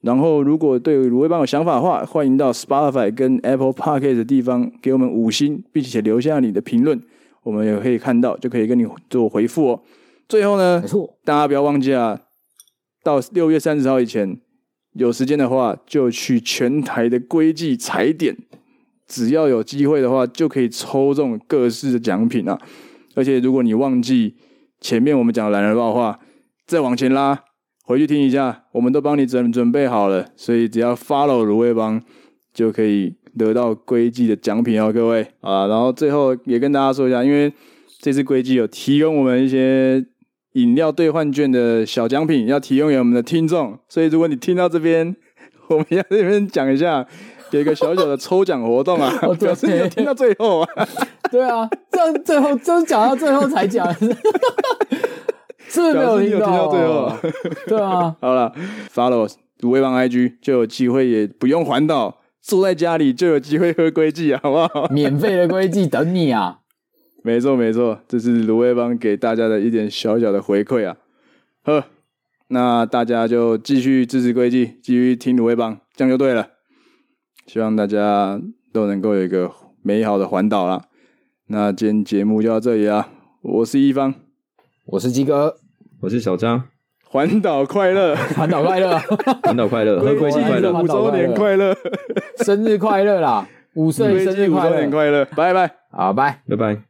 S1: 然后，如果对卤味帮有想法的话，欢迎到 Spotify 跟 Apple Podcast 的地方给我们五星，并且留下你的评论，我们也可以看到，就可以跟你做回复哦。最后呢
S4: 没，错，
S1: 大家不要忘记啊，到六月三十号以前有时间的话，就去全台的归记踩点，只要有机会的话，就可以抽中各式的奖品啊！而且如果你忘记前面我们讲的懒人包的话，再往前拉回去听一下，我们都帮你准准备好了，所以只要 follow 卤味帮就可以得到归记的奖品哦，各位啊！然后最后也跟大家说一下，因为这次归记有提供我们一些饮料兑换券的小奖品，要提供给我们的听众，所以如果你听到这边，我们要这边讲一下。有一个小小的抽奖活动 啊
S4: 哦，对
S1: 表示你有听到最后 啊，
S4: 对啊，这样最后真讲到最后才讲， 是没
S1: 表
S4: 有
S1: 示你有
S4: 听
S1: 听到最后啊。
S4: 对啊，
S1: 好了，follow 五位帮 IG 就有机会，也不用环岛，坐在家里就有机会喝龟记，好不好？
S4: 免费的规矩等你啊，
S1: 没错没错，这是卤味帮给大家的一点小小的回馈啊。呵，那大家就继续支持龟记，继续听卤味帮，这样就对了。希望大家都能够有一个美好的环岛啦。那今天节目就到这里啦，我是一方，
S4: 我是鸡哥，
S3: 我是小张，
S1: 环岛快乐，
S4: 环岛快 乐，
S3: 环岛快 乐，喝
S1: 龟
S3: 龟
S1: 记
S3: 记快乐，
S1: 五周年快乐，
S4: 生日快乐啦，五岁
S1: 龟
S4: 生
S1: 记
S4: 日
S1: 五
S4: 快
S1: 周年
S4: 乐，
S1: 快乐，拜拜。
S4: 好，拜。
S3: 拜拜。